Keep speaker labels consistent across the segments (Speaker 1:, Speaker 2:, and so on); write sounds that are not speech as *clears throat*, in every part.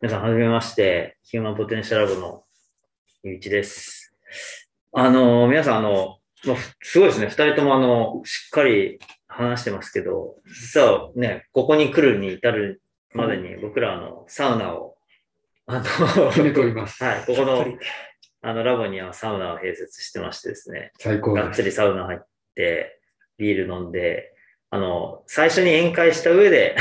Speaker 1: 皆さん、はじめまして。ヒューマンポテンシャルラボのゆういちです。あの、皆さん、あの、すごいですね。二人とも、あの、しっかり話してますけど、実はね、ここに来るに至るまでに、僕ら、あの、サウナを、
Speaker 2: あの、決めております。
Speaker 1: はい、ここの、あの、ラボにはサウナを併設してましてですね。
Speaker 2: 最高
Speaker 1: がっつりサウナ入って、ビール飲んで、あの、最初に宴会した上で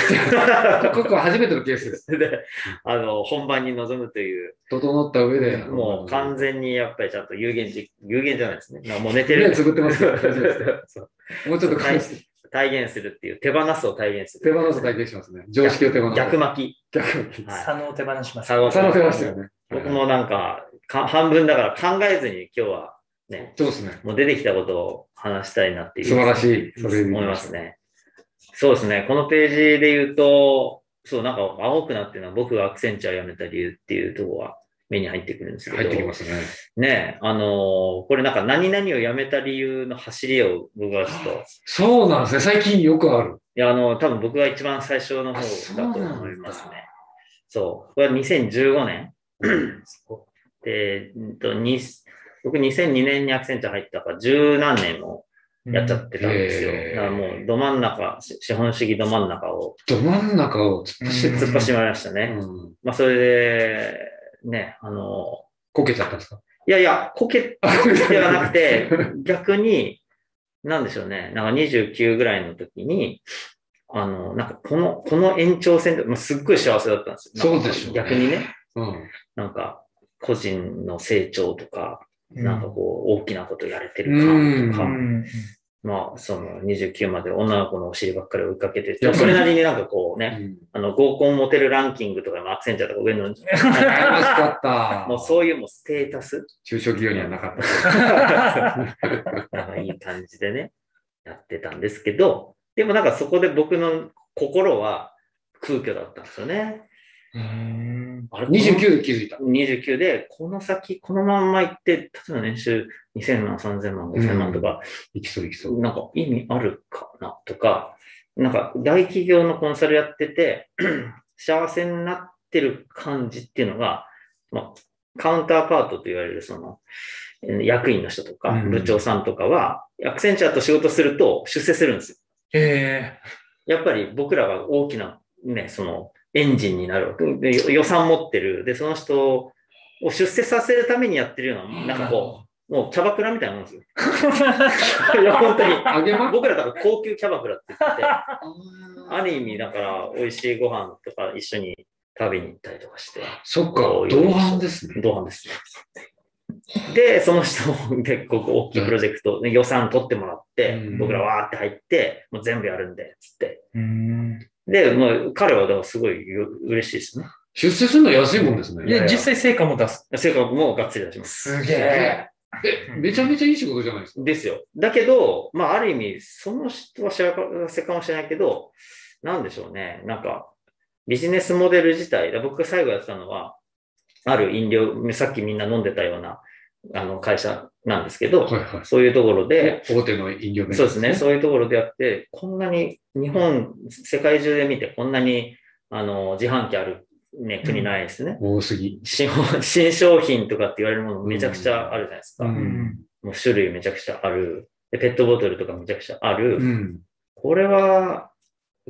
Speaker 2: ここは初めてのケースです。
Speaker 1: で、あの、本番に臨むという。
Speaker 2: 整った上で。
Speaker 1: もう完全にやっぱりちゃんと有言実、有言じゃないですね。もう寝て
Speaker 2: る。目つぶってます
Speaker 1: *laughs*
Speaker 2: けどもうちょっと
Speaker 1: 体体現するっていう、手放すを体現す
Speaker 2: る。手放すを体現しますね。常識を手放す。
Speaker 1: 逆巻
Speaker 2: き。逆巻き。
Speaker 3: 佐野を手放します。
Speaker 2: 佐野を手放すよね。
Speaker 1: 僕もなんか、か半分だから考えずに今日はね。
Speaker 2: そうですね。
Speaker 1: もう出てきたことを話したいなっていう。
Speaker 2: 素晴らしい。それ
Speaker 1: 思いますね。そうですね。このページで言うと、そう、なんか青くなってるのは僕がアクセンチャーをやめた理由っていうとこは目に入ってくるんですけど。
Speaker 2: 入ってきますね。
Speaker 1: ねあのー、これなんか何々をやめた理由の走りを僕はちょっと。
Speaker 2: そうなんですね。最近よくある。
Speaker 1: いや、あのー、多分僕が一番最初の方だと思いますね。そうこれは2015年。 *clears throat* で、うんと、僕2002年にアクセンチャー入ったから十何年もやっちゃってたんですよ。だからもうど真ん中、資本主義ど真ん中を。
Speaker 2: ど真ん中を
Speaker 1: 突っ走突っ走りましたね。うん、まあそれで、ね、あの、
Speaker 2: こけちゃったんですか
Speaker 1: いやいや、こけではなくて、逆に、なんでしょうね、なんか29ぐらいの時に、あの、なんかこの、この延長線で、まあ、すっごい幸せだったんです
Speaker 2: よ。そうでしょ、
Speaker 1: ね、逆にね、
Speaker 2: *laughs* うん。
Speaker 1: なんか、個人の成長とか、なんかこう、大きなことやれてる感とか、うん、まあ、その29まで女の子のお尻ばっかり追いかけてて、それなりになんかこうね、うん、あの、合コンモテるランキングとかのアクセンチャーとか *laughs* 上の、
Speaker 2: 楽しかった。
Speaker 1: もうそういうもうステータス。
Speaker 2: 中小企業にはなかった
Speaker 1: なんかいい感じでね、やってたんですけど、でもなんかそこで僕の心は空虚だったんですよね。
Speaker 2: うんあれ29で気づいた。
Speaker 1: 29で、この先、このまんま行って、例えば年収2000万、3000万、5000万とか、
Speaker 2: いきそういきそう。
Speaker 1: なんか意味あるかなとか、なんか大企業のコンサルやってて、 *clears throat* 幸せになってる感じっていうのが、まあ、カウンターパートと言われるその、役員の人とか、部長さんとかは、アクセンチャーと仕事すると出世するんですよ。
Speaker 2: へ
Speaker 1: やっぱり僕らが大きな、ね、その、エンジンになるわけ。予算持ってる。で、その人を出世させるためにやってるような、なんかこう、もうキャバクラみたいなもんですよ。 *laughs*
Speaker 2: *laughs*
Speaker 1: いや、本当に。僕らだから高級キャバクラって言ってて、ある意味だから美味しいご飯とか一緒に食べに行ったりとかして。
Speaker 2: そっか、同伴ですね。
Speaker 1: 同伴ですね。で、その人も結構大きいプロジェクト、予算取ってもらって、僕らわーって入って、もう全部やるんで、つって。で、まあ、彼はだからすごい嬉しいですね。
Speaker 2: 出世するの安いもんですね。
Speaker 3: いや、実際成果も出す。。
Speaker 1: 成果もがっつり出します
Speaker 3: すげえ。
Speaker 2: え、めちゃめちゃいい仕事じゃないですか。
Speaker 1: ですよ。だけど、まあ、ある意味、その人は幸せかもしれないけど、なんでしょうね。なんか、ビジネスモデル自体、僕が最後やってたのは、ある飲料、さっきみんな飲んでたような、あの、会社なんですけど、はいはい、そういうところで、
Speaker 2: 大手の飲料メーカー、ね、
Speaker 1: そうですね、そういうところでやって、こんなに日本、世界中で見て、こんなにあの自販機ある、ね、国ないですね。
Speaker 2: 多すぎ
Speaker 1: 新。新商品とかって言われるものめちゃくちゃあるじゃないですか。うん、もう種類めちゃくちゃあるで。ペットボトルとかめちゃくちゃある。うん、これは、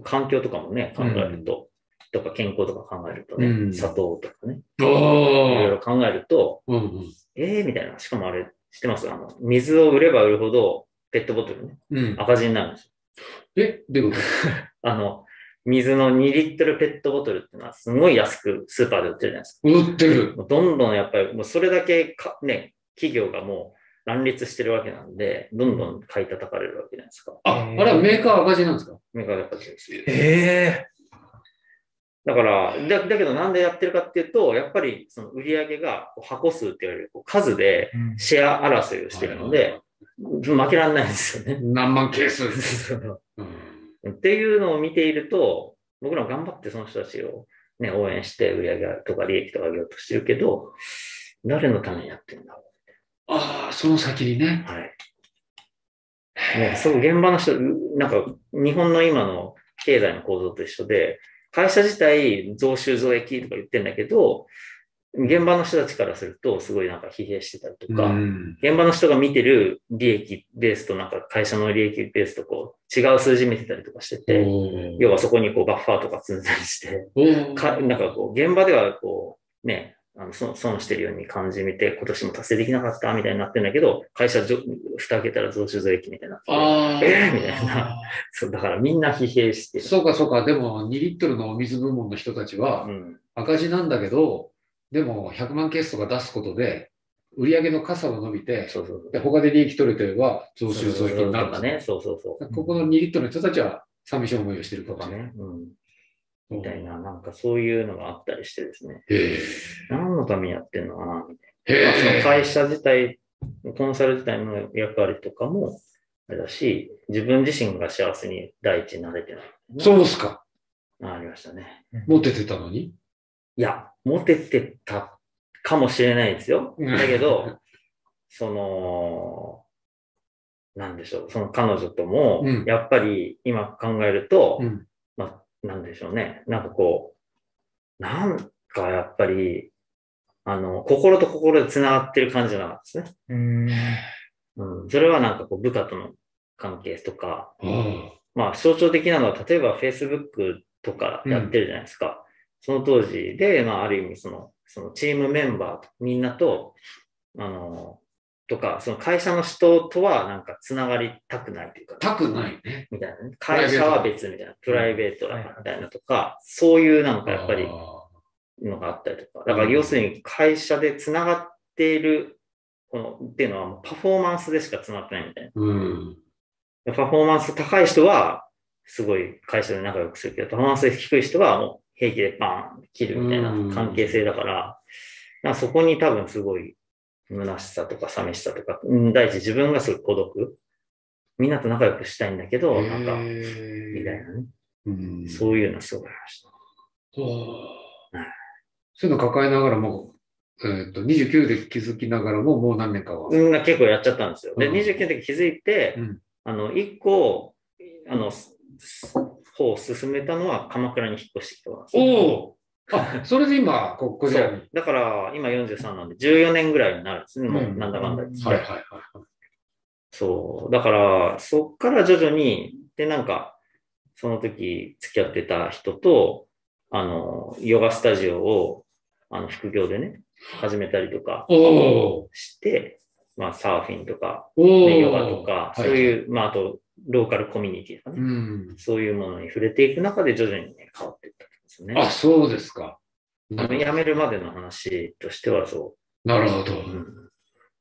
Speaker 1: 環境とかもね、考えると、うん、とか健康とか考えるとね、砂糖とかね、いろいろ考えると、うんうんええー、みたいな。しかもあれ、知ってますあの、水を売れば売るほど、ペットボトルね、うん、赤字になるんです
Speaker 2: よ。えどういうこと
Speaker 1: あの、水の2リットルペットボトルっていうのは、すごい安くスーパーで売ってるじゃないですか。
Speaker 2: 売ってる。
Speaker 1: どんどんやっぱり、もうそれだけか、ね、企業がもう乱立してるわけなんで、どんどん買い叩かれるわけじゃないですか。
Speaker 2: あ、あれはメーカー赤字なんですか
Speaker 1: メーカー赤字です。
Speaker 2: ええー
Speaker 1: だから、だだけどなんでやってるかっていうと、やっぱりその売り上げが箱数って言われる数でシェア争いをしてるので、うん、負けられないんですよね。 *laughs*
Speaker 2: 何万ケースです
Speaker 1: うん、っていうのを見ていると、僕らも頑張ってその人たちを、ね、応援して売り上げとか利益とか上げようとしてるけど、誰のためにやってるんだろう。
Speaker 2: ああ、その先にね。
Speaker 1: はい。ね、そう、現場の人、なんか日本の今の経済の構造と一緒で、会社自体増収増益とか言ってんだけど、現場の人たちからするとすごいなんか疲弊してたりとか、
Speaker 2: うん
Speaker 1: 現場の人が見てる利益ベースとなんか会社の利益ベースとこう違う数字見てたりとかしてて、
Speaker 2: お
Speaker 1: 要はそこにこうバッファーとか積んだりして、
Speaker 2: ー
Speaker 1: かなんかこう現場ではこうね、あのそ損してるように感じみて、今年も達成できなかったみたいになってんだけど、会社じょ蓋開けたら増収増益みたいになってて
Speaker 2: ああ。
Speaker 1: えーみたいな。そうだからみんな疲弊してる。
Speaker 2: そうかそうか。でも、2リットルのお水部門の人たちは
Speaker 1: うん
Speaker 2: 赤字なんだけど、でも100万ケースとか出すことで、売上の傘は伸びて、
Speaker 1: そうそう
Speaker 2: で他で利益取れてれば増収増益にな
Speaker 1: と
Speaker 2: る
Speaker 1: かね。そうそうそう。
Speaker 2: ここの2リットルの人たちは寂しい思いをしてる
Speaker 1: と
Speaker 2: かも
Speaker 1: か
Speaker 2: しれない。
Speaker 1: ね。うん。みたいな、なんかそういうのがあったりしてですね。
Speaker 2: へ
Speaker 1: 何のためにやってんのかな
Speaker 2: え。
Speaker 1: まあそ
Speaker 2: へ
Speaker 1: の
Speaker 2: え。
Speaker 1: 会社自体、コンサル自体の役割とかも、あれだし、自分自身が幸せに第一になれてない。
Speaker 2: そうっすか。
Speaker 1: あありましたね。
Speaker 2: 持っててたのに。
Speaker 1: いや、モテてたかもしれないですよ。
Speaker 2: うん
Speaker 1: だけど、その、なんでしょう、その彼女とも
Speaker 2: うん、
Speaker 1: やっぱり今考えると、
Speaker 2: うん
Speaker 1: まあ、なんでしょうね。なんかこう、なんかやっぱり、あの、心と心で繋がってる感じじゃなかったですね。
Speaker 3: うん。
Speaker 1: うん、それはなんかこう部下との関係とか、
Speaker 2: ああ。
Speaker 1: まあ象徴的なのは例えば Facebook とかやってるじゃないですか。その当時で、まあある意味その、そのチームメンバーみんなと、あの、とか、その会社の人とはなんかつながりたくないというか、
Speaker 2: たくないね。
Speaker 1: みたいなね。
Speaker 2: プライ
Speaker 1: 会
Speaker 2: ベート
Speaker 1: 社は別みたいな、プライベートだからみたいなとか、そういうなんかやっぱり
Speaker 2: あ
Speaker 1: のがあったりとか。だから要するに会社でつながっている、この、っていうのはもうパフォーマンスでしかつながってないみたいな。
Speaker 2: あ。うん。
Speaker 1: パフォーマンス高い人は、すごい会社で仲良くするけど、パフォーマンス低い人はもう平気でバーン切るみたいな
Speaker 2: うん
Speaker 1: 関係性だから、なんかそこに多分すごい虚しさとか寂しさとか、うん第一自分がすごい孤独。みんなと仲良くしたいんだけど、なんか、
Speaker 2: へ
Speaker 1: みたい
Speaker 2: え。
Speaker 1: なね。
Speaker 2: うん。そう。
Speaker 1: そういうのすごいありました。
Speaker 2: そういうの抱えながらも、えっと、29で気づきながらも、もう何年かは。
Speaker 1: うん、結構やっちゃったんですよ。で、
Speaker 2: うん
Speaker 1: 29の時気づいて、
Speaker 2: うん
Speaker 1: あの、1個、あの、すす方を進めたのは鎌倉に引っ越してきたわけですよ
Speaker 2: おおあ、それで今、ここじ
Speaker 1: そ
Speaker 2: ゃに
Speaker 1: う。。だから、今43なんで、14年ぐらいになるんですね。もう、
Speaker 2: うん
Speaker 1: なんだかんだ言って
Speaker 2: はいはいはい。
Speaker 1: そう。だから、そっから徐々に、で、なんか、その時付き合ってた人と、あの、ヨガスタジオを、あの、副業でね、始めたりとか
Speaker 2: おお
Speaker 1: して、まあ、サーフィンとか、
Speaker 2: おお
Speaker 1: ねヨガとか、そう
Speaker 2: う。
Speaker 1: いう、まあ、あと、ローカルコミュニティとか
Speaker 2: う
Speaker 1: ね、
Speaker 2: ん。
Speaker 1: そういうものに触れていく中で徐々にね、変わっていったんですよ
Speaker 2: あ、
Speaker 1: ね。
Speaker 2: そうですか。
Speaker 1: 辞めるまでの話としてはそ
Speaker 2: なる
Speaker 1: う。
Speaker 2: ほ
Speaker 1: う
Speaker 2: ど。
Speaker 1: ん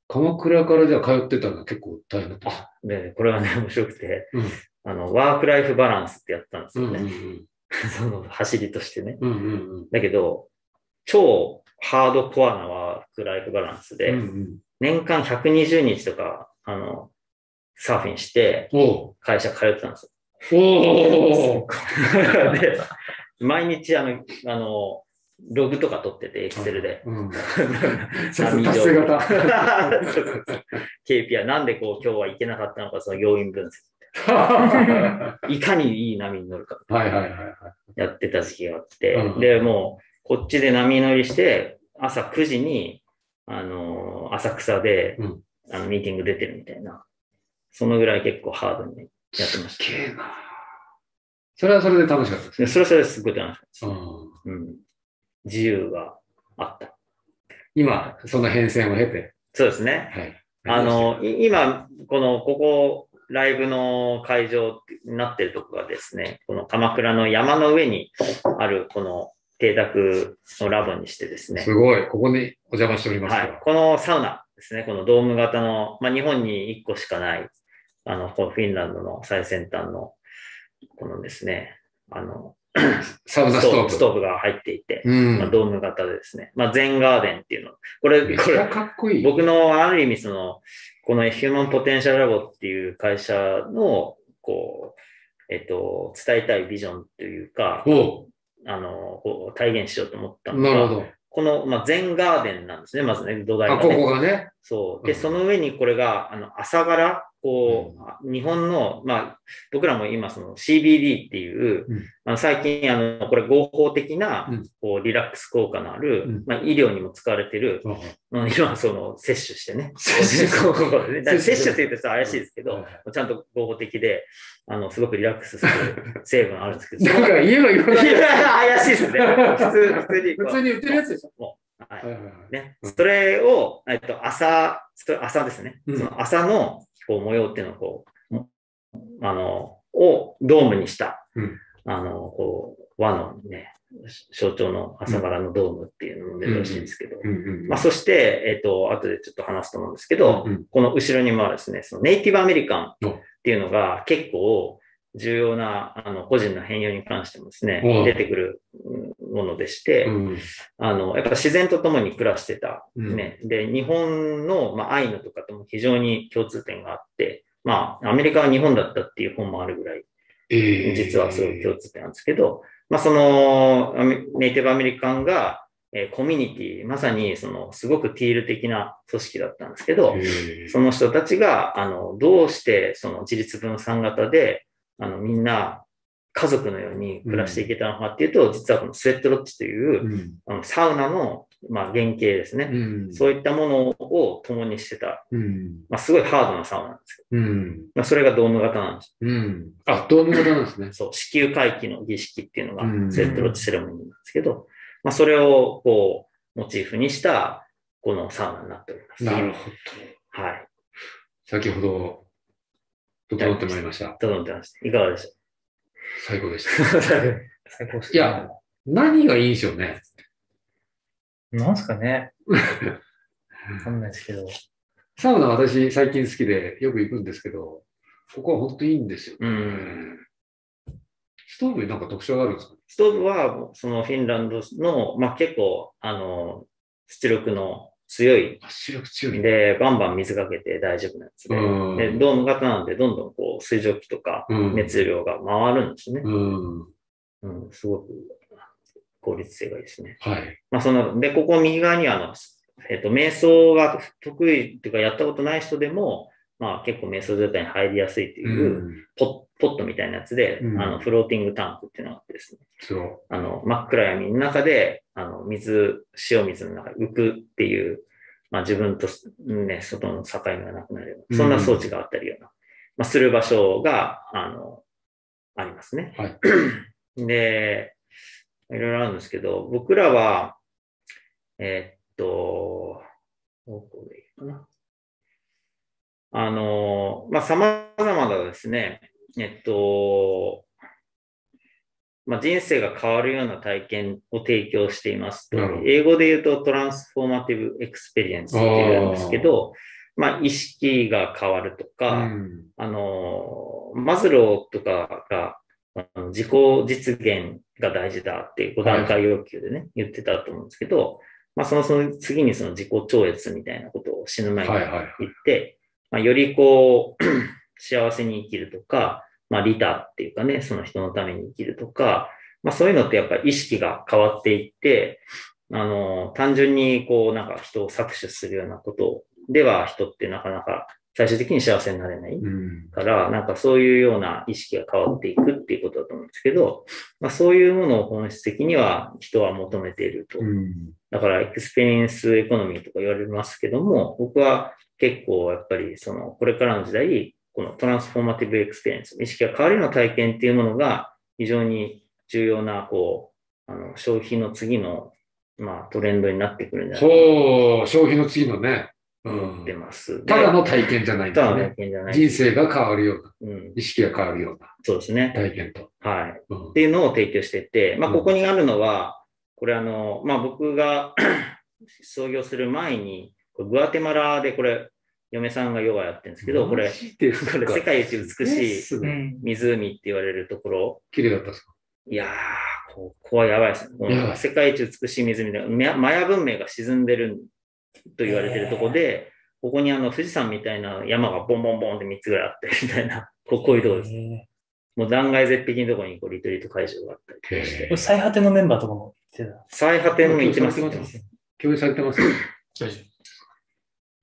Speaker 2: 鎌倉からじゃあ通ってたのは結構大変だった。あ、
Speaker 1: で、これはね、 *laughs* 面白くて、
Speaker 2: うん
Speaker 1: あの、ワークライフバランスってやったんです
Speaker 2: うん
Speaker 1: よ
Speaker 2: うんう
Speaker 1: ね。
Speaker 2: ん。
Speaker 1: *laughs* その走りとしてね。
Speaker 2: うんうんうん。
Speaker 1: だけど、超ハードコアなワークライフバランスで、
Speaker 2: うんうん、
Speaker 1: 年間120日とか、あの、サーフィンして、
Speaker 2: おう
Speaker 1: 会社通ってたんです
Speaker 2: おう *laughs*
Speaker 1: よ。で、毎日、あの、あの、ログとか取ってて、エクセルで。
Speaker 2: うん。さす
Speaker 1: 波状
Speaker 2: が達成型。
Speaker 1: *laughs*
Speaker 2: *laughs*
Speaker 1: そうそうそう KPI、なんでこう、今日はいけなかったのか、その要因分
Speaker 2: は
Speaker 1: 析。いかにいい波に乗るか。
Speaker 2: いはいはいはい。
Speaker 1: やってた時期があって、
Speaker 2: うん
Speaker 1: で、もう、こっちで波乗りして、朝9時に、あのー浅草で、
Speaker 2: うん
Speaker 1: あのミーティング出てるみたいな、そのぐらい結構ハードにやってまし
Speaker 2: す
Speaker 1: た。
Speaker 2: げえな。それはそれで楽しかったです
Speaker 1: で
Speaker 2: ね。
Speaker 1: それはそれですごい楽しかったです、
Speaker 2: うん、
Speaker 1: うん。自由があった。
Speaker 2: 今、その変遷を経て。
Speaker 1: そうですね。
Speaker 2: はい。
Speaker 1: あの、い今、この、ここ、ライブの会場になってるとこがですね、この鎌倉の山の上にある、この邸宅のラボにしてですね、
Speaker 2: すごい。ここにお邪魔しております
Speaker 1: はい。このサウナですね。このドーム型の、まあ、日本に1個しかない、あの、このフィンランドの最先端の、このですね、あの、
Speaker 2: サウナストーブ。
Speaker 1: ストーブが入っていて、
Speaker 2: うん。
Speaker 1: まあ、ドーム型でですね。まあ、全ガーデンっていうの。これ、
Speaker 2: めっ
Speaker 1: こ
Speaker 2: ち
Speaker 1: れ
Speaker 2: ゃ、かっこいい。
Speaker 1: 僕のある意味その、このヒューマンポテンシャルラボっていう会社の、こう、えっと、伝えたいビジョンというか、
Speaker 2: お
Speaker 1: あの、こう体現しようと思った
Speaker 2: う
Speaker 1: の
Speaker 2: なるほ
Speaker 1: が、
Speaker 2: ど。
Speaker 1: この、まあ、全ガーデンなんですね、まずね、土台
Speaker 2: あ、
Speaker 1: が、
Speaker 2: こ
Speaker 1: ね。
Speaker 2: こがね。
Speaker 1: そう。
Speaker 2: う
Speaker 1: で、
Speaker 2: ん
Speaker 1: その上にこれが、あの、朝柄、こう、日本の、まあ、僕らも今その CBD っていう、
Speaker 2: うん
Speaker 1: あの最近あの、これ合法的な、
Speaker 2: うん
Speaker 1: こう、リラックス効果のある、
Speaker 2: うん
Speaker 1: まあ、医療にも使われてる、
Speaker 2: うん
Speaker 1: うん今その、摂取してね。
Speaker 2: 摂取
Speaker 1: 合法でね *laughs* だから摂
Speaker 2: 摂
Speaker 1: 取
Speaker 2: 取
Speaker 1: って言うとさ、怪しいですけど、ちゃんと合法的で、あの、すごくリラックスする成分あるんですけど。
Speaker 2: だから言えば言 *laughs* わないい。
Speaker 1: や *laughs* 怪しいですね。普通、普通にこう。
Speaker 2: 普通に売ってるやつでしょ。
Speaker 1: はい
Speaker 2: はいはいはい
Speaker 1: ね、それを、えっと、朝、それ朝ですね。
Speaker 2: うん
Speaker 1: その朝のこう模様っていうのをこう、あの、をドームにした、
Speaker 2: うん
Speaker 1: あの、こう、和のね、象徴の朝柄のドームっていうのでよろしいんですけど、
Speaker 2: うんうん
Speaker 1: まあ、そして、えっと、後でちょっと話すと思うんですけど、
Speaker 2: うん
Speaker 1: この後ろにもですね、そのネイティブアメリカン
Speaker 2: お
Speaker 1: っていうのが結構重要な、あの、個人の変容に関してもですね
Speaker 2: お、
Speaker 1: 出てくるうんものでして、
Speaker 2: うん
Speaker 1: あの、やっぱ自然と共に暮らしてた、
Speaker 2: うん
Speaker 1: ね。で、日本の、まあ、アイヌとかとも非常に共通点があって、まあ、アメリカは日本だったっていう本もあるぐらい、
Speaker 2: ええ
Speaker 1: 実はすごい共通点なんですけど、まあ、その、アメネイティブアメリカンが、えーコミュニティ、まさに、その、すごくティール的な組織だったんですけど、
Speaker 2: ええ
Speaker 1: その人たちが、あの、どうして、その、自立分散型で、あの、みんな、家族のように暮らしていけたのかっていうと、実はこのスウェットロッチという、
Speaker 2: うん
Speaker 1: あのサウナの、まあ、原型ですね。
Speaker 2: うん
Speaker 1: そういったものを共にしてた、
Speaker 2: うん
Speaker 1: まあ、すごいハードなサウナなんですけど、
Speaker 2: うん
Speaker 1: まあ、それがドーム型なんです
Speaker 2: うんあ、ドーム型なんですね
Speaker 1: ね。。そう、子宮回帰の儀式っていうのが
Speaker 2: うん、
Speaker 1: セットロッチセレモニーなんですけど、まあ、それを、こう、モチーフにした、このサウナになっております。
Speaker 2: なるほど。
Speaker 1: はい。
Speaker 2: 先ほど、整ってまいりました。
Speaker 1: 整ってました。いかがでしょ
Speaker 2: 最高でし
Speaker 1: う
Speaker 2: た。 *laughs*
Speaker 3: 最高っす
Speaker 2: いや、何がいいんでしょうね。
Speaker 3: なんすかね。わかんないですけど。
Speaker 2: サウナ私最近好きでよく行くんですけど、ここは本当いいんですよ。
Speaker 1: う。
Speaker 2: うんんストーブになんか特徴があるんですか
Speaker 1: ストーブは、そのフィンランドの、まあ、結構、あの、出力の強い
Speaker 2: 圧力強いね。
Speaker 1: で、バンバン水かけて大丈夫なやつで、
Speaker 2: うん
Speaker 1: でドーム型なんで、どんどんこう水蒸気とか
Speaker 2: うん
Speaker 1: 熱量が回るんですね。
Speaker 2: うん。
Speaker 1: うん、すごく効率性がいいですね。
Speaker 2: はい。
Speaker 1: まあ、その、で、ここ右側にはあの、えっ、と、瞑想が得意っていうか、やったことない人でも、まあ結構瞑想状態に入りやすいっていう、ポッ、ポットみたいなやつで、
Speaker 2: うん
Speaker 1: あの、フローティングタンクっていうのがあってですね、
Speaker 2: そう。
Speaker 1: あの、真っ暗闇の中で、あの、水、塩水の中に浮くっていう、まあ自分と、ね、外の境目がなくなるような、そんな装置があったりような、まあする場所が、あの、ありますね。
Speaker 2: はい
Speaker 1: *clears throat* で、いろいろあるんですけど、僕らは、えーっと、どこでいいかな。あの、まあ、様々なですね、えっと、まあ、人生が変わるような体験を提供していますと
Speaker 2: なるほど
Speaker 1: 英語で言うとトランスフォーマティブエクスペリエンスって言うんですけど、まあ、意識が変わると
Speaker 2: う
Speaker 1: か、
Speaker 2: ん
Speaker 1: あの、マズローとかが、あの自己実現が大事だっていう5段階要求でね、言ってたと思うんですけど、まあ、そのその次にその自己超越みたいなことを死ぬ
Speaker 2: は
Speaker 1: 前
Speaker 2: い
Speaker 1: に
Speaker 2: はい
Speaker 1: 行
Speaker 2: はい。
Speaker 1: って、まあ、よりこう、 *clears throat* 幸せに生きるとか、まあ、利他っていうかね、その人のために生きるとか、まあ、そういうのってやっぱり意識が変わっていって、あの、単純にこう、なんか人を搾取するようなことでは人ってなかなか最終的に幸せになれない。
Speaker 2: うん。
Speaker 1: から、なんかそういうような意識が変わっていくっていうことだと思うんですけど、まあ、そういうものを本質的には人は求めていると。
Speaker 2: うん。
Speaker 1: だからエクスペリエンスエコノミーとか言われますけども、僕は結構やっぱりそのこれからの時代、このトランスフォーマティブエクスペリエンス、意識が変わるような体験っていうものが非常に重要な、こう、あの消費の次の、まあ、トレンドになってくるんじゃないか
Speaker 2: ほう、消費の次のね。
Speaker 1: な
Speaker 2: う
Speaker 1: と思って
Speaker 2: ん。
Speaker 1: ます。
Speaker 2: ただ
Speaker 1: で
Speaker 2: の体験じゃないんで
Speaker 1: ただ
Speaker 2: す
Speaker 1: の
Speaker 2: ね。
Speaker 1: 体験じゃない。
Speaker 2: 人生が変わるような、
Speaker 1: うん、
Speaker 2: 意識が変わるような
Speaker 1: そうですね。
Speaker 2: 体験と。
Speaker 1: はい。
Speaker 2: うん
Speaker 1: っていうのを提供してて、まあ、
Speaker 2: うん
Speaker 1: ここにあるのは、これあの、まあ、僕が *coughs* 創業する前に、これグアテマラでこれ、嫁さんがヨガやってるんですけど、これ、これ世界一美しい
Speaker 2: すご
Speaker 3: う
Speaker 2: い
Speaker 3: ん。
Speaker 1: 湖って言われるところ、
Speaker 2: 綺麗だったっすか
Speaker 1: いやー、ここはやばいです。もう
Speaker 2: やばい
Speaker 1: 世界一美しい湖で、マヤマヤ文明が沈んでると言われてるとこで、ここにあの富士山みたいな山がボンボンボンって3つぐらいあって *laughs* みたいな、こうこういうとこです。
Speaker 3: え
Speaker 1: もう断崖絶壁のとこにこうリトリート会場があったりとかして
Speaker 2: へ
Speaker 3: ーこれ最果てのメンバーとかも言ってた。
Speaker 1: 最果ても行ってます、
Speaker 2: 行ってます共有されてます
Speaker 3: 大丈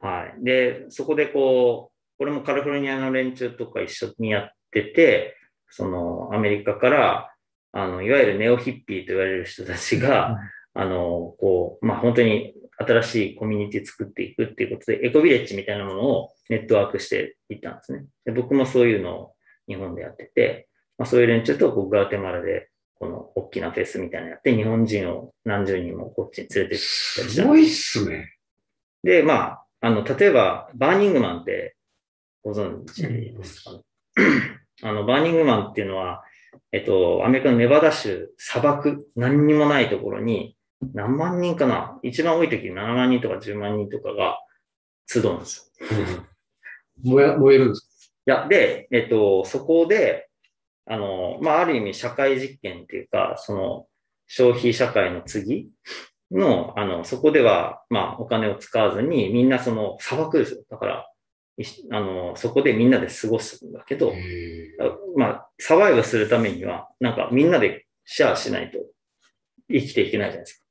Speaker 3: 夫。
Speaker 1: はい。で、そこでここれもカリフォルニアの連中とか一緒にやってて、そのアメリカから、あの、いわゆるネオヒッピーと言われる人たちが、あの、こう、まあ、本当に新しいコミュニティ作っていくっていうことで、エコビレッジみたいなものをネットワークしていったんですね。で僕もそういうのを日本でやってて、まあ、そういう連中とこうガーテマラで、この大きなフェスみたいなのやって、日本人を何十人もこっちに連れて
Speaker 2: すごいっすね。
Speaker 1: で、まあ、あの、例えば、バーニングマンってご存知ですかね。 *clears throat* あの、バーニングマンっていうのは、えっと、アメリカのネバダ州、砂漠、何にもないところに、何万人かな一番多い時に7万人とか10万人とかが集うんですよ。
Speaker 2: 燃え燃えるんです
Speaker 1: いや、で、えっと、そこで、あの、まあ、ある意味社会実験っていうか、その、消費社会の次の、あの、そこでは、まあ、お金を使わずに、みんなその、砂漠ですよ。だから、いしあの、そこでみんなで過ごすんだけ
Speaker 2: か
Speaker 1: ど、
Speaker 2: へー
Speaker 1: あまあ、サバイブするためには、なんかみんなでシェアしないと生きていけないじゃないですか。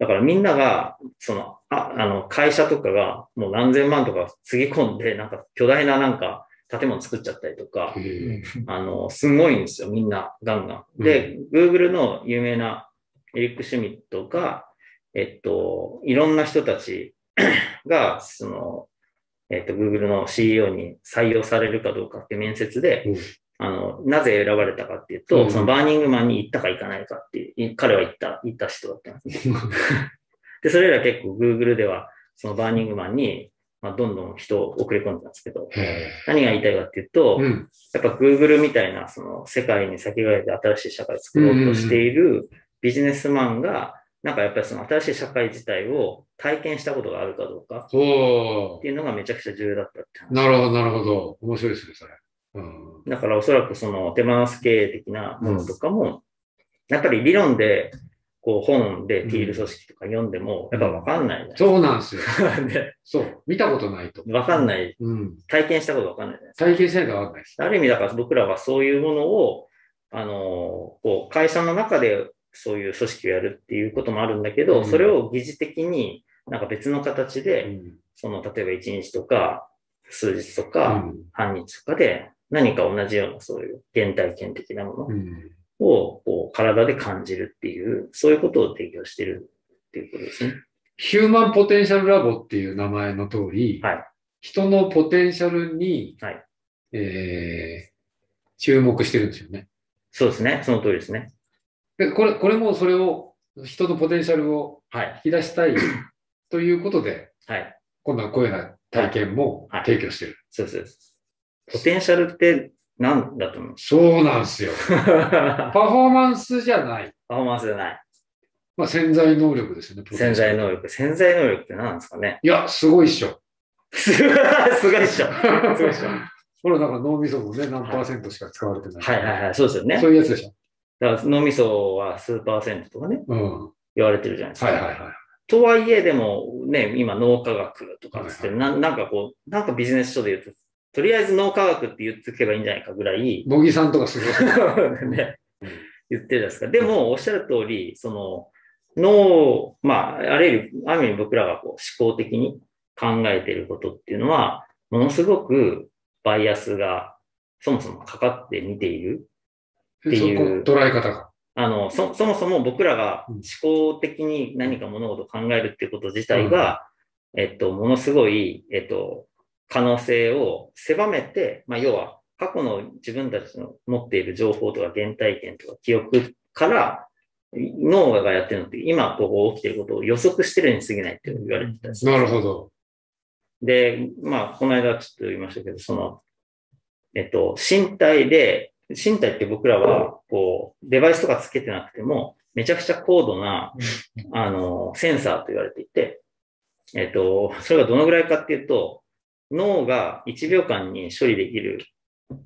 Speaker 1: だからみんなが、その、ああの、会社とかがもう何千万とかつぎ込んで、なんか巨大ななんか建物作っちゃったりとか、
Speaker 2: へ
Speaker 1: あの、すごいんですよ、みんな、ガンガン。で、Google の有名なエリック・シュミットが、えっと、いろんな人たち *coughs* が、その、えっと、Google の CEO に採用されるかどうかって面接で、
Speaker 2: うん
Speaker 1: あの、なぜ選ばれたかっていうと、
Speaker 2: うん
Speaker 1: そのバーニングマンに行ったか行かないかっていう、い彼は行った、行った人だったんですね。 *laughs* で、それら結構 Google では、そのバーニングマンに、まあ、どんどん人を送り込んでたんですけど、
Speaker 2: ーへ
Speaker 1: 何が言いたいかっていうと、
Speaker 2: ーうん
Speaker 1: やっぱ Google みたいな、その世界に先駆けて新しい社会を作ろうとしているビジネスマンが、なんかやっぱりその新しい社会自体を体験したことがあるかどうか
Speaker 2: ほ
Speaker 1: っていうのがめちゃくちゃ重要だったって
Speaker 2: う
Speaker 1: 話。
Speaker 2: なるほど、なるほど。面白いですね、それ。うん
Speaker 1: だからおそらくその手放す経営的なものとかも、やっぱり理論で、こう本でティール組織とか読んでも、やっぱわかんないじ
Speaker 2: そうなんですよ。
Speaker 1: ゃないです
Speaker 2: そう。見たことないと。
Speaker 1: か。わかんない。
Speaker 2: うん。
Speaker 1: 体験したことわかんないじゃないですか
Speaker 2: 体験しないとわかんないです。
Speaker 1: ある意味、だから僕らはそういうものを、あの、こう、会社の中でそういう組織をやるっていうこともあるんだけど、
Speaker 2: うん
Speaker 1: それを疑似的になんか別の形
Speaker 2: う
Speaker 1: で、
Speaker 2: ん
Speaker 1: その、例えば1日とか、数日と
Speaker 2: う
Speaker 1: か、
Speaker 2: ん
Speaker 1: 半日とかで、何か同じようなそういう原体験的なも
Speaker 2: うん
Speaker 1: のを、こう、体で感じるっていう、そういうことを提供してるっていうことですね。
Speaker 2: ヒューマンポテンシャルラボっていう名前の通り、
Speaker 1: はい
Speaker 2: 人のポテンシャルに、
Speaker 1: はい
Speaker 2: えー注目してるんですよね。
Speaker 1: そうですね。その通りですね。
Speaker 2: でこれ、これもそれを、人のポテンシャルを
Speaker 1: はい。
Speaker 2: 引き出した
Speaker 1: *coughs*
Speaker 2: いということで、
Speaker 1: はい。
Speaker 2: 今度はこういうような体験も
Speaker 1: はい
Speaker 2: 提供してる。
Speaker 1: そうですそうです。ポテンシャルって何だと思う *laughs*
Speaker 2: そうなんですよ。パ
Speaker 1: パ
Speaker 2: フォーマンスじゃない。
Speaker 1: フォーマンスじゃない。
Speaker 2: まあ、潜在能力ですよね。
Speaker 1: 潜在
Speaker 2: 力。
Speaker 1: 能力。潜在能力って何なんですかね *laughs*
Speaker 2: いや、すごいっしょ。
Speaker 1: すごいっしょ。 *laughs* すごいっし
Speaker 2: *laughs*
Speaker 1: ょ。
Speaker 2: ほら、なんか脳みそもね、何パーセントしか使われてない。
Speaker 1: はいはいはい、そうですよね。
Speaker 2: そういうやつでしょ。
Speaker 1: だから脳みそは数パーセントとかね、
Speaker 2: うん。
Speaker 1: 言われてるじゃないです
Speaker 2: は
Speaker 1: か。
Speaker 2: いはいはい。
Speaker 1: とはいえ、でもね、今脳科学とかっつって、ななんかこう、なんかビジネス書で言うと、とりあえず脳科学って言っておけばいいんじゃないかぐらい、
Speaker 2: 茂木さんとかすご
Speaker 1: *laughs*
Speaker 2: い。
Speaker 1: ね、言ってるじゃないですか。でも、おっしゃる通り、その、脳、まあ、あれる意味、ある意味僕らがこう思考的に考えていることっていうのは、ものすごくバイアスがそもそもかかって見ている。ていう
Speaker 2: そこ捉え方が。
Speaker 1: あの、そ、そもそも僕らが思考的に何か物事を考えるっていうこと自体が、えっと、ものすごい、えっと、可能性を狭めて、まあ、要は、過去の自分たちの持っている情報とか原体験とか記憶から、脳がやってるのって、今こう起きてることを予測してるに過ぎないって言われてたんですよ
Speaker 2: なるほど。
Speaker 1: で、まあ、この間ちょっと言いましたけど、その、えっと、身体で、身体って僕らは、こう、デバイスとかつけてなくても、めちゃくちゃ高度な、あの、センサーと言われていて、えっと、それがどのぐらいかっていうと、脳が1秒間に処理できる、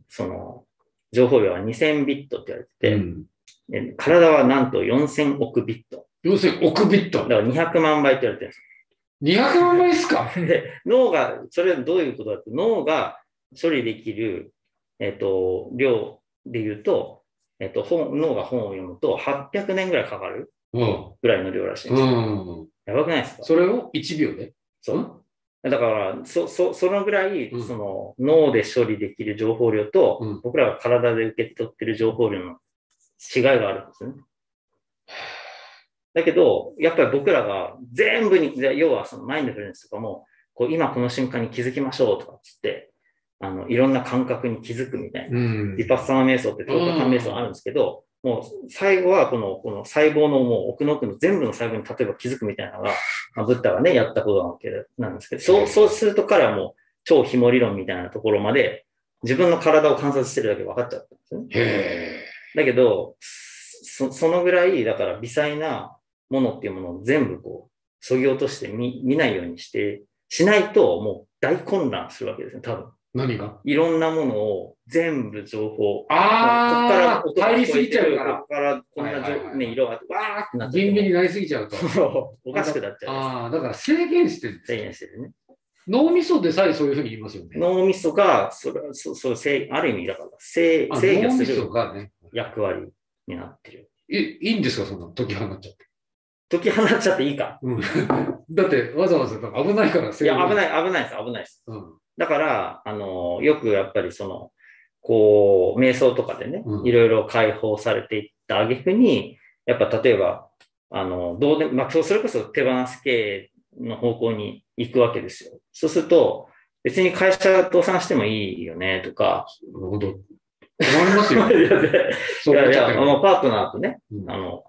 Speaker 1: その、情報量は2000ビットって言わ
Speaker 2: う
Speaker 1: れて
Speaker 2: ん、
Speaker 1: て、え体はなんと4000億ビット。
Speaker 2: 4000億ビッ
Speaker 1: だ
Speaker 2: ト。
Speaker 1: から200万倍って言われてるんですよ
Speaker 2: 200万倍ですか
Speaker 1: で、脳が、それはどういうことだって、脳が処理できる、えっと、量で言うと、えっと、本、脳が本を読むと800年ぐらいかかる
Speaker 2: うん。
Speaker 1: ぐらいの量らしいんですよ。
Speaker 2: うん。
Speaker 1: やばくないですか
Speaker 2: それを1秒で。
Speaker 1: そう。だから、そ、そ、そのぐらい、
Speaker 2: うん
Speaker 1: その、脳で処理できる情報量と、
Speaker 2: うん
Speaker 1: 僕らが体で受け取ってる情報量の違いがあるんですよね。だけど、やっぱり僕らが全部に、じゃあ要はそのマインドフルネスとかも、こう、今この瞬間に気づきましょうとかっつって、あの、いろんな感覚に気づくみたいな。
Speaker 2: うん
Speaker 1: リパッサナ瞑想って10日間瞑想あるんですけど、もう最後はこのこの細胞のもう奥の奥の全部の細胞に例えば気づくみたいなのが、まあ、ブッダがね、やったことなわけなんですけど、そうそうすると彼はもう超ひも理論みたいなところまで自分の体を観察してるだけで分かっちゃったんですよね。
Speaker 2: へえ。
Speaker 1: だけど、そそのぐらい、だから微細なものっていうものを全部こう、そぎ落として見見ないようにして、しないともう大混乱するわけですね、多分。
Speaker 2: 何が
Speaker 1: いろんなものを全部情報、こ
Speaker 2: ああ、
Speaker 1: こから
Speaker 2: 入りすぎちゃう
Speaker 1: こ
Speaker 2: から。
Speaker 1: こからこんな
Speaker 2: はいはいはい
Speaker 1: ね、色があって、わーってなっちゃ
Speaker 2: ビンビンに
Speaker 1: っ
Speaker 2: なりすぎちゃうと
Speaker 1: て。そうおかしくなっちゃうや
Speaker 2: ああ、だから制限してる
Speaker 1: つ。制限してるね。
Speaker 2: 脳みそでさえそういうふうに言いますよね。
Speaker 1: 脳みそが、それ、そそう、制ある意味だから、制
Speaker 2: あ
Speaker 1: 制御
Speaker 2: 脳
Speaker 1: す
Speaker 2: みそ
Speaker 1: る
Speaker 2: がね。
Speaker 1: 役割になってる。
Speaker 2: いいいんですか、そんなの解き放っちゃって。
Speaker 1: 解き放っちゃっていいか。
Speaker 2: うんだって、わざわざだから危ないから
Speaker 1: い
Speaker 2: 制
Speaker 1: や、危
Speaker 2: い。
Speaker 1: ない、危ないです、危ないです。
Speaker 2: うん
Speaker 1: だから、あの、よくやっぱりその、こう、瞑想とかでね
Speaker 2: う、ん
Speaker 1: いろいろ解放されていった挙句に、やっぱ例えば、あの、どうでも、まあ、そうそれこそ手放す系の方向に行くわけですよ。そうすると、別に会社倒産してもいいよね、とか。
Speaker 2: 本当。困りま
Speaker 1: *laughs*
Speaker 2: す
Speaker 1: い
Speaker 2: よ
Speaker 1: や。
Speaker 2: そう思っ
Speaker 1: い
Speaker 2: ちゃ
Speaker 1: や、
Speaker 2: った
Speaker 1: あ
Speaker 2: ら
Speaker 1: の、パートナーとね、
Speaker 2: うん
Speaker 1: あの、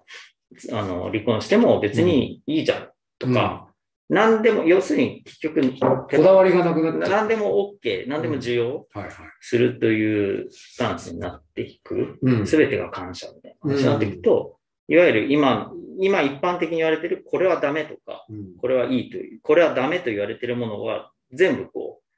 Speaker 1: あの、離婚しても別にいいじゃん、とか、何でも、要するに結局、
Speaker 2: こだわりがなくなっちゃ
Speaker 1: 何でも OK、何でも需要。
Speaker 2: う。はいはい。
Speaker 1: するというスタンスになっていく。
Speaker 2: うん
Speaker 1: すべてが感謝みたいな話になっていくと、いわゆる今、今一般的に言われてるこれはダメとか、
Speaker 2: うん
Speaker 1: これはいいという、これはダメと言われてるものは全部こう、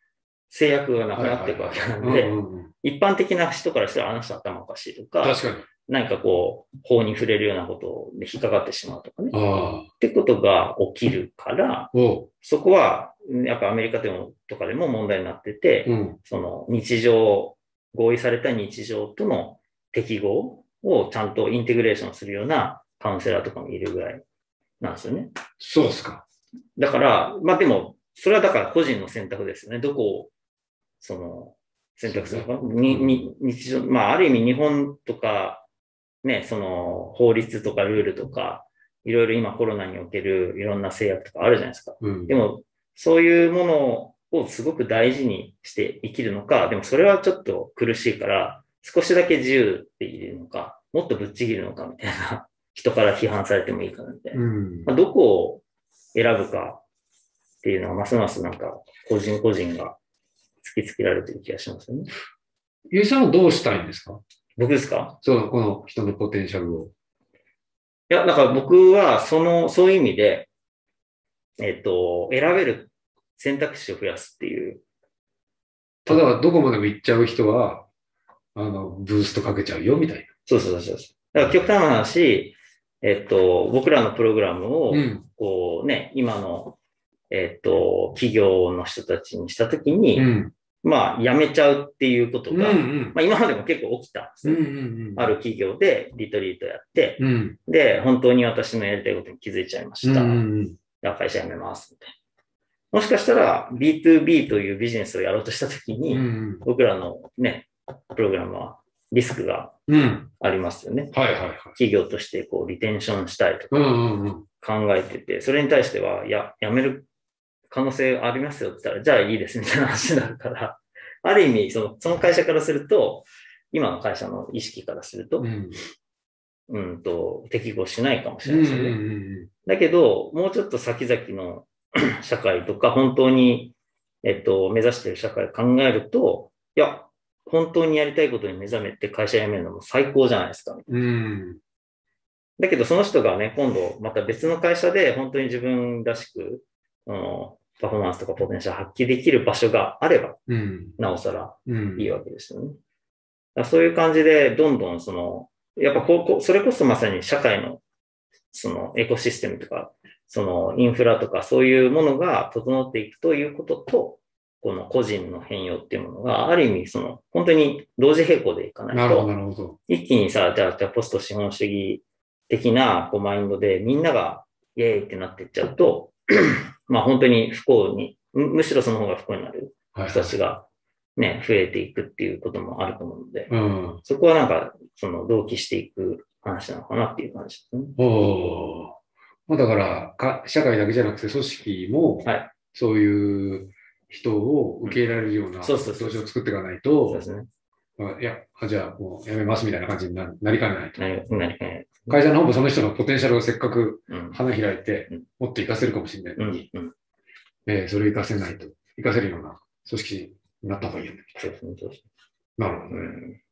Speaker 1: 制約がなくなっていくわけな
Speaker 2: うんん
Speaker 1: で、
Speaker 2: うんうん
Speaker 1: 一般的な人からしたらあの人頭おかしいとか、
Speaker 2: 確かに。
Speaker 1: 何かこう、法に触れるようなことで引っかかってしまうとかね。
Speaker 2: ああ。
Speaker 1: ってことが起きるから、
Speaker 2: おう。
Speaker 1: そこは、うんやっぱアメリカでもとかでも問題になってて、
Speaker 2: うん。
Speaker 1: その日常、合意された日常との適合をちゃんとインテグレーションするようなカウンセラーとかもいるぐらいなんですよね。
Speaker 2: そうっすか。
Speaker 1: だから、まあでも、それはだから個人の選択ですよね。どこを、その、選択するのか。にに日常、まあある意味日本とか、ね、その法律とかルールとか、いろいろ今コロナにおけるいろんな制約とかあるじゃないですか。
Speaker 2: うん
Speaker 1: で。も、そういうものをすごく大事にして生きるのか、でもそれはちょっと苦しいから、少しだけ自由でいるのか、もっとぶっちぎるのかみたいな、 *laughs* 人から批判されてもいいかなみたいな。
Speaker 2: うん
Speaker 1: まあ、どこを選ぶかっていうのは、ますますなんか、個人個人が突きつけられてる気がしますよね。
Speaker 2: ゆいさんはどうしたいんですか
Speaker 1: 僕ですか
Speaker 2: その、この人のポテンシャルを。
Speaker 1: いや、だから僕は、その、そういう意味で、えっと、選べる選択肢を増やすっていう
Speaker 2: ただ、どこまでも行っちゃう人は、あの、ブーストかけちゃうよ、みたい
Speaker 1: そうそうそうそう。だから極端な話、えっと、僕らのプログラム
Speaker 2: な。
Speaker 1: を、
Speaker 2: ん。
Speaker 1: こうね、今の、えっと、企業の人たちにしたときに、
Speaker 2: うん。
Speaker 1: まあ、辞めちゃうっていうこと
Speaker 2: うん。う
Speaker 1: が、ま
Speaker 2: ん。
Speaker 1: あ、今までも結構起きたんです
Speaker 2: うん。う
Speaker 1: ね。
Speaker 2: ん。
Speaker 1: ある企業でリトリートやって、
Speaker 2: うん。
Speaker 1: で、本当に私のやりたいことに気づいちゃいま
Speaker 2: う
Speaker 1: し
Speaker 2: ん。
Speaker 1: た。
Speaker 2: うん。
Speaker 1: だから会社辞めます、みたいな。もしかしたら、B2B というビジネスをやろうとしたとき
Speaker 2: う
Speaker 1: に、
Speaker 2: ん。
Speaker 1: 僕らのね、プログラムはリスクが
Speaker 2: うん。
Speaker 1: ありますよね。
Speaker 2: はいはいはい。
Speaker 1: 企業としてこうリテンションしたいと
Speaker 2: うん。うん。うん。
Speaker 1: 考えてて、それに対しては、いや、やめる可能性ありますよって言ったら、じゃあいいですみたいな話になるから、 *laughs* ある意味その、その会社からすると、今の会社の意識からすると
Speaker 2: う、ん。
Speaker 1: うんと、適合しないかもし
Speaker 2: う
Speaker 1: れないですよね。
Speaker 2: ん。
Speaker 1: だけど、もうちょっと先々の *coughs* 社会とか、本当に、えっと、目指している社会を考えると、いや、本当にやりたいことに目覚めて会社辞めるのも最高じゃないですか、
Speaker 2: うん。
Speaker 1: だけどその人がね、今度また別の会社で本当に自分らしく、あのパフォーマンスとかポテンシャル発揮できる場所があれば、
Speaker 2: うん。
Speaker 1: なおさら
Speaker 2: うん。
Speaker 1: いいわけですよね。だからそういう感じで、どんどんその、やっぱこうこう、それこそまさに社会の、そのエコシステムとか、そのインフラとか、そういうものが整っていくということと、この個人の変容っていうものが、ある意味、その、本当に同時並行でいかない
Speaker 2: なるほ
Speaker 1: と
Speaker 2: ど、、なるほど。
Speaker 1: 一気にさ、じゃあ、じゃあポスト資本主義的な *clears throat* こうマインドでみんながイエーイってなっていっちゃうと、まあ本当に不幸にむむしろその方が不幸になる
Speaker 2: はい
Speaker 1: 人たちがね、増えていくっていうこともあると思うので、
Speaker 2: うん。
Speaker 1: そこはなんか、その同期していく話なのかなっていう感じですね。
Speaker 2: おお。まあだからか、社会だけじゃなくて組織も
Speaker 1: はい、
Speaker 2: そういう人を受け入れられるような
Speaker 1: そ
Speaker 2: 土
Speaker 1: うそうそう
Speaker 2: 壌を作っていかない
Speaker 1: そう
Speaker 2: と
Speaker 1: で、すね。
Speaker 2: あいや、あじゃあもうやめますみたいな感じにななりかねないと。
Speaker 1: 何何かね。
Speaker 2: 会社の方もその人のポテンシャルをせっかく
Speaker 1: うん。
Speaker 2: 花開いて
Speaker 1: うん、
Speaker 2: もっと活かせるかもしれないの
Speaker 1: う
Speaker 2: に、
Speaker 1: ん。うん。
Speaker 2: えーそれを活かせないと、活かせるような組織になった方がいいよね。
Speaker 1: そうですね。そうですね。
Speaker 2: なるほど
Speaker 1: う
Speaker 2: ね。
Speaker 1: ん。